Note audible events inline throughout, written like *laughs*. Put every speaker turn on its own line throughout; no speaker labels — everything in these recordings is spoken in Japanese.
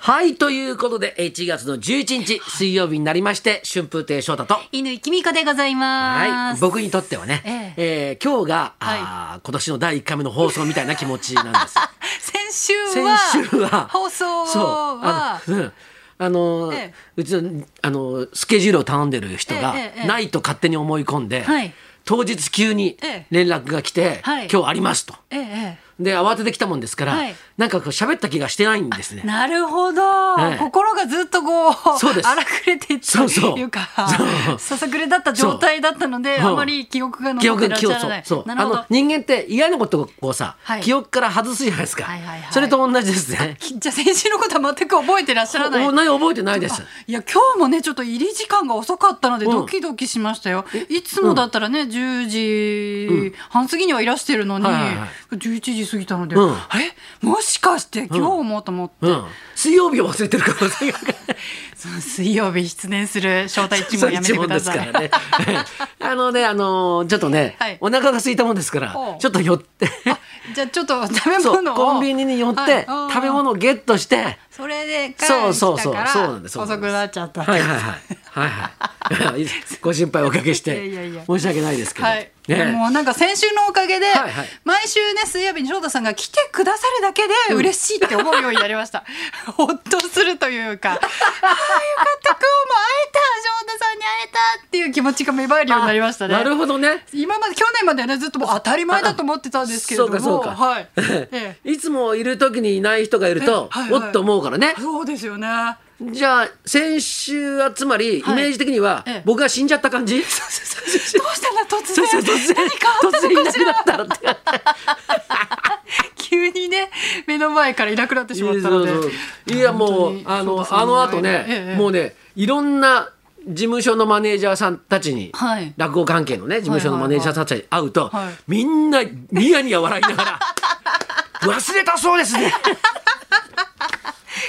はい、ということで、えー1月の11日、水曜日になりまして、春風亭昇太と、
犬井美子でございま
は
す。
い、僕にとってはね、えー今日が、
はい
あー今年の第1回目の放送みたいな気持ちなん
*laughs*
です。
先週
先
は
週は、
放送
そう
は
あのうんあの
ええ
うちのあのスケジュールを頼んでる人が
ええええ
ないと勝手に思い込んで、
はい
当日急に
ええ
連絡が来て、
はい
今日ありますと。
ええ
で慌ててきたもんですから、
はい
なんかこう喋った気がしてないんですね。
なるほど、
ええ
心がずっとこう
そうです
荒くれてい
そうそう
*laughs* いうか
そう
ささくれだった状態だったので
そう
あまり記憶が
記
残っ
憶
て
が
らっ
記
しゃ
憶そ
ら
う
ない
そう
な
あ
る
の
ほど
人間って嫌なことをこうさ、
はい
記憶から外すじゃないですか、
はいはいはい
それと同じですね
きじゃあ先週のことは全く覚えてらっしゃらない
お内容覚えてないです
いや今日もねちょっと入り時間が遅かったので
うん
ドキドキしましたよ、いつもだったらね10時半過ぎにはいらしてるのに、
はいはいはい
11時過ぎたので、
うん
あれもしかして今日もと思って、
うん水曜日を忘れてる可能性が
その水曜日出演する招 *laughs* 待一問やめてください
そう一問ですからね *laughs* あのねあのーちょっとね、
はい
お腹が空いたもんですから
ほう
ちょっと寄って
じゃあちょっと食べ
そう
物を
コンビニに寄って
はい
食べ物をゲットして、
それで帰ってき
そうそうそ
た
う
から
そうなんですそう
遅
んです
くなっちゃった
はいはいはいはいはい
*laughs*
ご心配おかけし
いやいやい
て
や
申し訳ないですけど、
はい、
ねえ
もうなんか先週のおかげで、
はいはい
毎週ね水曜日に翔太さんが来てくださるだけで嬉しいって思うようになりました、 *laughs* ほっとするとい
*laughs*
うかああよかった今日も会えた翔太さんに会えたっていう気持ちが芽生えるようになりましたね
あなるほどね
今まで去年まではねずっともう当たり前だと思ってたんですけれ
そ
ど
う
も
かそうか、、
はい
*laughs*
ええ
いつもいる時にいない人がいると、
えはいはい
おっと思うからね
そうです
*laughs*
よね
じゃあ先週はつまりイメ
はい
ージ的には、
ええ
僕が死んじゃった感
*laughs*
じ
どうしたんだ突
そう
然
そう突然
何かあった
突然い
の
な
かしら
くなったって
*laughs* 急にね目の前からいなくなってしまったので
そうそういやもう
本当に
あ
そう
の
ですね
あの後ね、
ええ
もうねいろんな事務所のマネージャーさんたちに、
はい
落語関係のね事務所のマネージャーさんたちに会うと、
はいはい
みんなニヤニヤ笑いなが
*laughs*
ら忘れたそうですね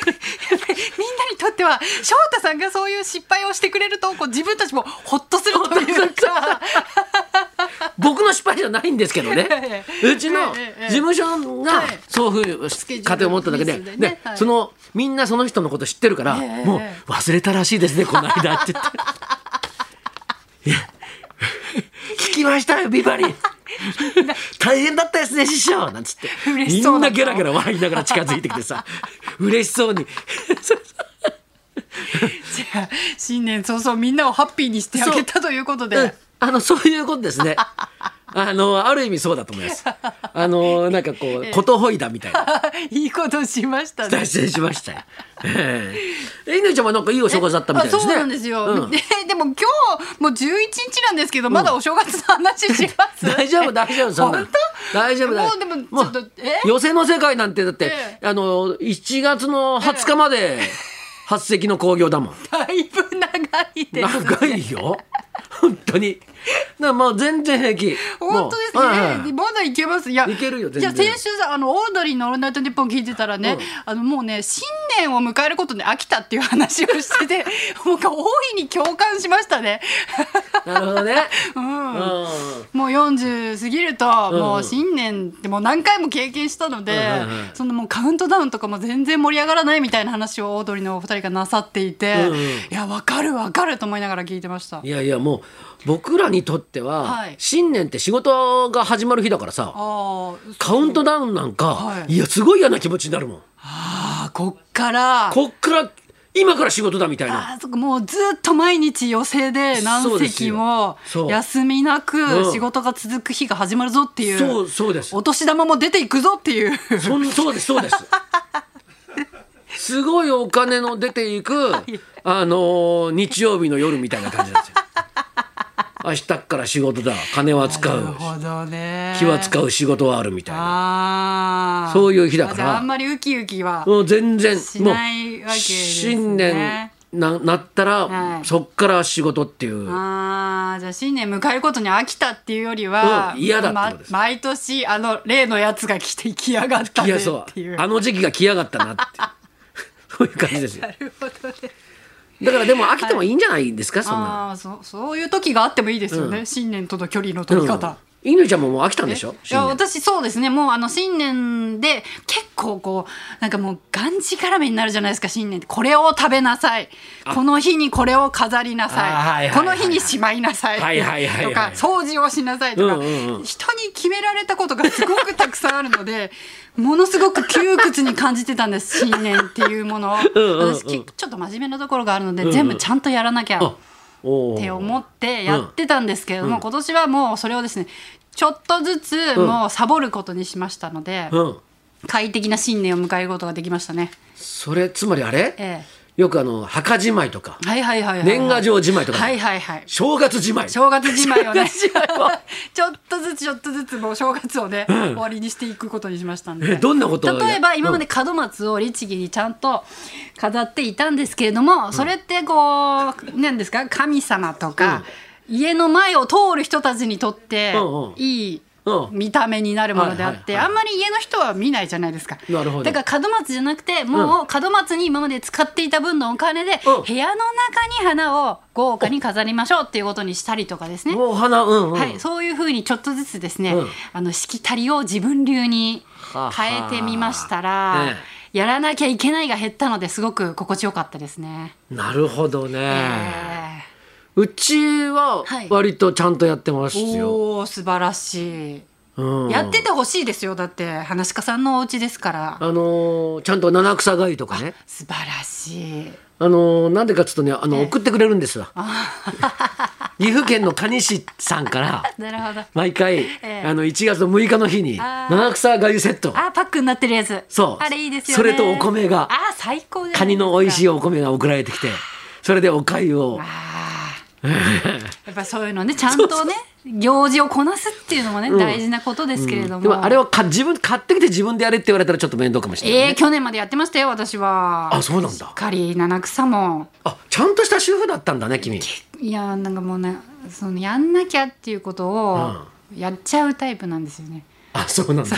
みんなにとっては翔太さんがそういう失敗をしてくれるとこう自分たちもほっとするというか
僕の失敗じゃないんですけどね
*laughs* え
うちの
ええええ
事務所が
はい
そういう
ケジュール
家庭を持っただけで
ミスでね
で
はい
そのみんなその人のこと知ってるから
ええええ
もう忘れたらしいですねこの間って
*laughs*
言っていや聞きましたよビバ
*laughs*
リー大変だったですね師匠なんつって
嬉
み
しそ
ん
う
な
な顔
ゲラゲラ笑いながら近づいてきて
*laughs*
さ嬉しそうに
じゃあ新年早々みんなをハッピーにしてあげたということで、
うんあのそういうことですねあのある意味そうだと思いますあのなんかこ
*laughs*
うことほいだみたいない
いことしましたね
脱。線しましたよ。えええ、犬ちゃんもなんかいいお正月だったみたいですね。
あそうなんですよ、
うん
ででも今日もう11日なんですけどまだお正月の話します、
大丈夫大丈夫そんな
本
の。大丈夫だ。
もうでもちょっと
もう
え
寄席の世界なんてだって
え
あの1月の20日まで発席の興行だもん。
*laughs* 当だいぶ長いです
長いよ。本当に。なもう全然平気。も
本
う
当ですね、
はいはいはい
まだいけますいや
いけるよ全
い
然
や先週さあのオードリーの「オールナイトニッポン」聞いてたら
う
ね、
ん
あのもうね新年を迎えることに飽きたっていう話をし
*laughs*
てて僕は大いに共感しましたね、 *laughs*
なるほどね。
うん
うん
もう40過ぎると、
うん
もう新年ってもう何回も経験したので、
うんうんうん
そのもうカウントダウンとかも全然盛り上がらないみたいな話をオードリーのお二人がなさっていて、
うんうん
いやわかるわかると思いながら聞いてました
い。やいやもう僕らにとって
は
はい新年って仕事が始まる日だからさ。
あー
カウントダウンなんか、
はい
い、やすごい嫌な気持ちになるもん
あーこっから
こっから今から仕事だみたいな
あーそっかもうずっと毎日予定で
そ
何
うです
席
よ
も
そう
休みな
う
く
ん
仕事が続く日が始まるぞっていう,、
そうそうです
お年玉も出ていくぞっていう
そんそうです
*laughs*
そうですすごいお金の出ていく、あのー日曜日の夜みたいな感じなん
*laughs*
ですよ明日から仕事だ金は使
なる
う
ほどね
気は使
う
う仕事はあるみたいな
あー
そういう日だから
あじゃああんまりウキウキは
もう全然
しないわけですね
新年ななったら、
はい
そっから仕事っていう
あーじゃあ新年迎えることに飽きたっていうよりは、
うん嫌だってことです
ま毎年あの例のやつが来て来やがった
い
ね
や
っ
そう
ていう
あの時期が来やがった
*laughs*
なってそういう感じですよ
なるほどね
だからでも飽きてもいいんじゃないですか、そんな
ああーそそういう時があってもいいですよね、新年との距離の取り方、
犬ちゃんももう飽きたんでしょ
いや
新年
私そうですねもうあの新年で結構こうなんかもうがんじがらめになるじゃないですか新年ってこれを食べなさいこの日にこれを飾りな
あーはいはい
さ
はい
いこの日にしまいなさい
はいはいはいはい
とか掃除をしなさいとか、
うんうんうん
人に決められたことがすごくたくさんあるのでものすごく窮屈に感じてたんです新年っていうものを
うんうん
私きちょっと真面目なところがあるので、全部ちゃんとやらなきゃ。
あお
って
ー
思ってやってたんですけれども、今年はもうそれをですねちょっとずつ
ん
もうサボることにしましたので、
うん
快適な新年を迎えることができましたね。
それつまりあれ、
え
よくあの墓じまいとか
え、はいはいはいはい、
年賀状じまいとか、
はいはいはい。
正月じまい
正月じまいをね
正月じまいを
*laughs* ちょっとずつちょっとずつもう正月をね、終わりにしていくことにしましたん
え
で
どんなことをや
例えば今まで門松を律儀にちゃんと飾っていたんですけれども、それってこう何ですか神様とか、家の前を通る人たちにとって
うんうん
いい
うん
見た目になるものであっ
はいは
て、
いはい
あんまり家の人は見ないじゃないですか
なるほど
だから門松じゃなくてもう門松に今まで使っていた分のお金で、
うん
部屋の中に花を豪華に飾りましょうっていうことにしたりとかですね
もうお花うんうん、
はい、そういうふうにちょっとずつですね、
うん
あのしきたりを自分流に
はあ
変えてみましたら、
え
やらなきゃいけないが減ったのですごく心地よかったですね。
なるほどね、
え
うちは
はい
割とちゃんとやってます
ー
よ、
おー素晴らしい、
うん、
やっててほしいですよだって話し家さんのお家ですから
あのーちゃんと七草がゆとかね
素晴らしい
あのーなんでかっつうとねあの
ええ
送ってくれるんですわ *laughs* 岐阜県の蟹市さんから
なるほど
毎回、
え
あの1月の6日の日に
あー
七草がゆセット
あパックになってるやつ
そう
あれいいですよ
そ
ね
れとお米が
あ最高じゃないですか
カニの美味しいお米が送られてきてそれでお粥を
あーやっぱそういうのねちゃん
*laughs*
とね行事をこなすっていうのもね、大事なことですけれども,、
でもあれをか自分買ってきて自分でやれって言われたらちょっと面倒かもしれない、
え
ね
ー、去年までやってましたよ私は
あそうなんだ
しっかり七草も
あちゃんとした主婦だったんだね君
いやーなんかもうねそのやんなきゃっていうことをやっちゃうタイプなんですよ
*laughs*
ね *laughs*
あそうなんだ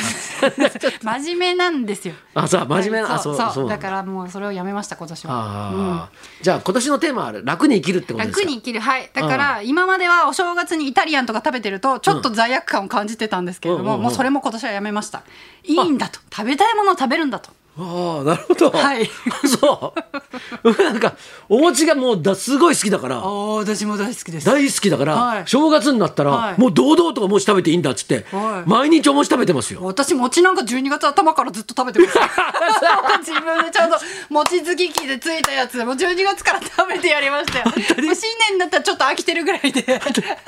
真面目なんですよ
あさあ真面目なあ
*laughs*
そ
そ
うう
そう
そうな
だ
ん
からもうそれをやめました今年は
ああ、じゃあ今年のテーマは楽に生きるってことですか
楽に生きるはいだから今まではお正月にイタリアンとか食べてるとちょっと罪悪感を感じてたんですけれど
うんうん
も、
うんうん
もうそれも今年はやめましたいいんだと食べたいものを食べるんだと
ああなるほ
*laughs*
ど
はい
*laughs* そうなんかお餅がもうだすごい好きだから
あ私も大好きで
大好きだから、
はい
正月になったら、
はい
もう堂々とお餅食べていいんだっつって、
はい
毎日お餅食べてますよ。
私餅なんか12月頭からずっと食べて *laughs* ます自分でちょうど餅つき機でついたやつもう12月から食べてやりましたよもう新年になったらちょっと飽きてるぐらいで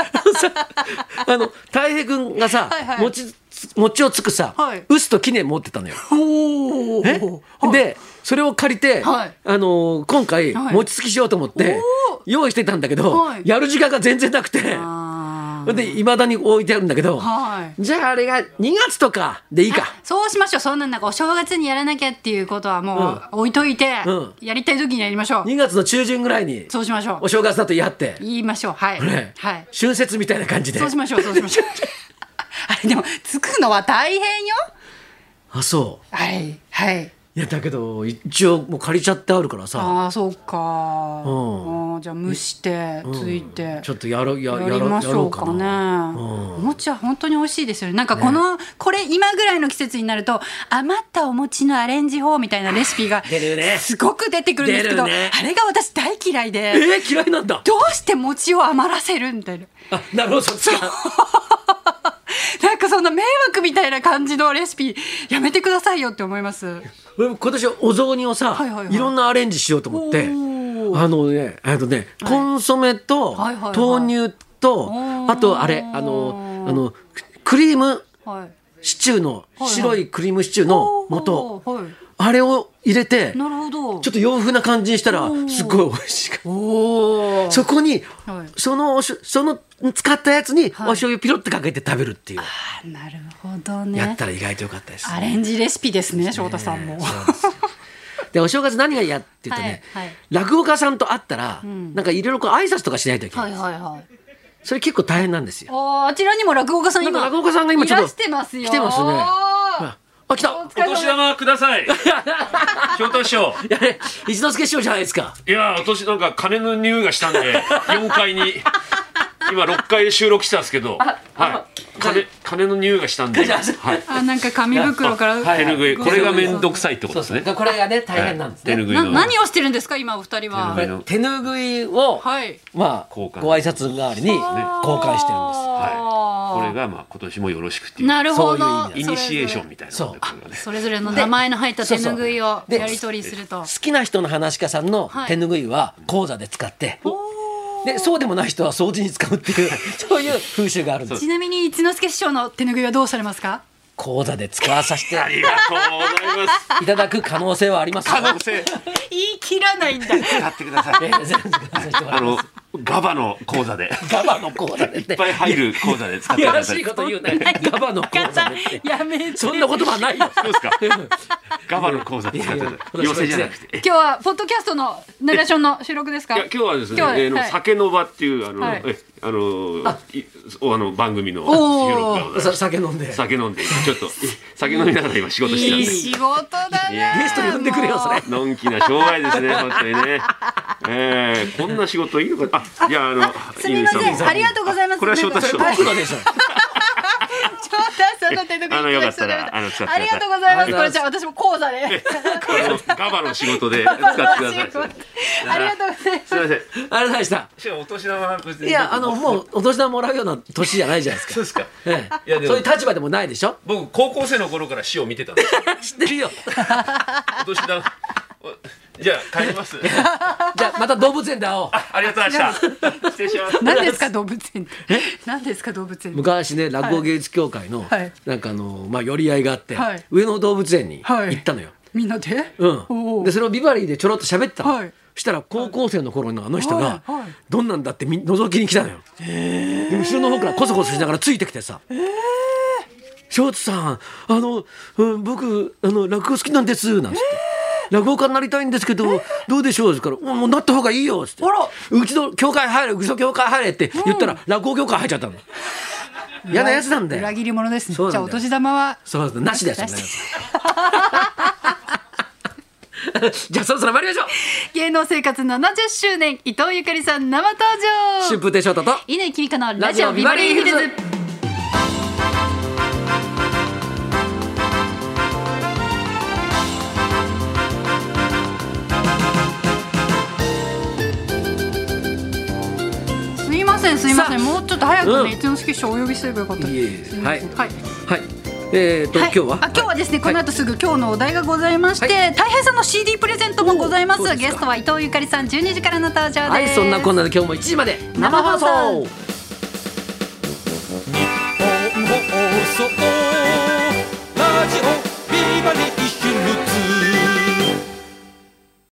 *laughs* あのたい平君がさ、
はいはい
餅つ餅をつくさ、
はい
臼と杵持ってたのよ。
おお
えでそれを借りて、
はい
あのー今回、
はい
餅つきしようと思って
おー
用意してたんだけど、
はい
やる時間が全然なくて
あー
でいまだに置いてあるんだけど、
はい
じゃああれが2月とかでいいか。
そうしましょうそんなんなんかお正月にやらなきゃっていうことはもう置いといて、
うん
やりたい時にやりましょう、
2月の中旬ぐらいに
そうしましょ
お
う
正月だと言い合って、
言いましょうはい、
ね
はい
春節みたいな感じで
そうしましょうそうしまし *laughs* ょうあれでもつくのは大変よ
あそう
はいはい
いやだけど一応もう借りちゃってあるからさ、
ああそうか、
うん
あーじゃあ蒸してついて、
ちょっとやろや
やりましょうかね。お餅は本当に美味しいですよね。なんかこの、これ今ぐらいの季節になると余ったお餅のアレンジ法みたいなレシピが
*laughs* 出るね
すごく出てくるんですけど、
出るね
あれが私大嫌い
え
で、
ー、嫌いなんだ
どうして餅を余らせるみたいな。
あなるほどそっちか
なんかそんな迷惑みたいな感じのレシピやめてくださいよって思います。
俺も今年お雑煮をさ、
はいいはいはい
ろんなアレンジしようと思って
おー
あのねあのねコンソメと
はいはいはい
豆乳と、
ー
あとあれあのあのククリーム
はい。
シチューの、
はい
白いクリームシチューの素
おーはい。
あれを入れて
なるほど。
ちょっと洋風な感じにしたら
おー
すごい美味しかった。
おお。
そこに、
はい
そのおしょその使ったやつにお
はい
醤油ピロってかけて食べるっていう、
あなるほど
やっ
ね。
たら意外と良かったです。
アレンジレシピですね、翔太さんも。
そうですよでお正月何が嫌って言うとね、
はいはい
落語家さんと会ったら、
ん
なんかいろいろこう挨拶とかしないといけない、
はいはいはい。
それ結構大変なんですよ。
あーあちらにも落語家さん
なん
今
か落語家さんが今ちょっと
いらしてますよ。
来てますね
おー
ああ来た
お疲れ様で
お年
す
玉くださ *laughs* い。京都師匠。
いやね一之輔師匠じゃないですか
いやー、お年なんか金の匂いがしたんで、4階に。今6階で収録してたんですけど、はい、金金の匂いがしたんで、
金
はい、
あなんか紙袋から、
はい
手ぬぐいこれが面倒く
さ
さいってことですね。
だからこれがね大変なんですね、
はい手拭い
な
の
何をしてるんですか今お二人
こ
は
れ手ぬぐいを、
はい
まあ
交換
ご挨拶代わりに交換してるんです
はい、これ
が
がまあ今年もよろしくっていう。
なるほど
そう
イニシエーションみたいな
そう
これがね
それぞれの名前の入った手ぬぐいを
で
やり取りすると
好きな人の話し家さんの
はい
手ぬぐいは講座で使って、でそうでもない人は掃除に使うっていう *laughs* そういう風習があるんです
ちなみに一之輔師匠の手ぬぐいはどうされますか
講座で使わさせて
ありがとうございます。
いただく可能性はありますよ
可能性
言い切らないん *laughs* だ
使ってください。
えー全部使わさせてもら
*laughs* あ
いま
の
す
ガバの講座でいっ
ガバの講座でって
ぱい入る講座で使っ
い
て
や
くだ
らし
さ
い
い。
こと言うね *laughs* ガバの講座で *laughs* って
*laughs* やめて
そんな言葉ないよ
どうですか？ガバの講座で使ってください。
いやいや
寄せじゃなくて。
今日はポッドキャストのナレーションの収録ですか
いや今日はですね、
今日は
えーの
はい
酒の場っていうあの、
はい
えあのいおあの番組の収
おー
録がござい
さ
ます
酒飲んで
酒飲んでちょっと *laughs* 酒飲みながら今仕事してたん
い
で
い仕事だ
いや
ね
ゲスト呼んでくれよそ
*laughs*
れ
のんきな商売ですね本当にね、えー、こんな仕事いいのかあじゃああの
すみませんありがとうございます
これは翔太師匠
パークのでしょ
ちょっとその手ぬぐい
*laughs* あのよかったらあの使ってください
ありがとうございま
あり
す
がうご
ことれ
ざ
じゃあ私も講座で
あのガバの仕事で使ってください
*laughs* ありがとうございます
すみません
あれでした
師匠お年玉は別
いやあのもうお年玉もらうような年じゃないじゃないですか
そうですか
ええ
いやでも
そういう立場でもないでしょ
僕高校生の頃から師を見てたんですよ
知ってるよ
お年玉おじゃあ帰ります
じゃあまた動物園で会おう
ありがとうございました失礼します
何ですか動物園って何ですか動物園って
昔ね落語芸術協会の、
はい
なんかあの、まあ、寄り合いがあって、
はい
上野動物園に
はい
行ったのよ、
みんなで
う
お
ん、
ー
でそれをビバリーでちょろっと喋ってたの、
はい
そしたら高校生の頃のあの人が、
はいはい
どんなんだってみ覗きに来たのよ、で後ろの方からコソコソしながらついてきてさ「ショーツさんあの、うん、僕あの落語好きなんです」なんつって。落語家になりたいんですけど、どうでしょう?」ですから「うんもうなった方がいいよ」っつって
あら
うちの教会入れうちの教会入れ」って言ったら、落語協会入っちゃったの嫌なやつなんだよ
裏切り者ですね
そうなん
じ
だ
ゃあ
よ
お年玉は
そうそうなしだよそんなやつ *laughs* じゃあそろそろ参りましょう
芸能生活70周年伊藤ゆかりさん生登
春
場
風亭昇太と
稲井君香のラジオビバリーヒルズすいませんすいませんもうちょっと早く
うん
ね一之輔師匠お呼びすればよかった
いえいえ
すません
はい
はい
はいえー、と、
はい
今日は
あ今日はですね、この後すぐ今日のお題がございまして、
は
大平さんの CD プレゼントもございま
おー
す
そうですか
ゲストは伊藤ゆかりさん12時からの登場です、
はいそんなこんなで今日も1時まで
生放送
生放送
日本放送ラジオビバリー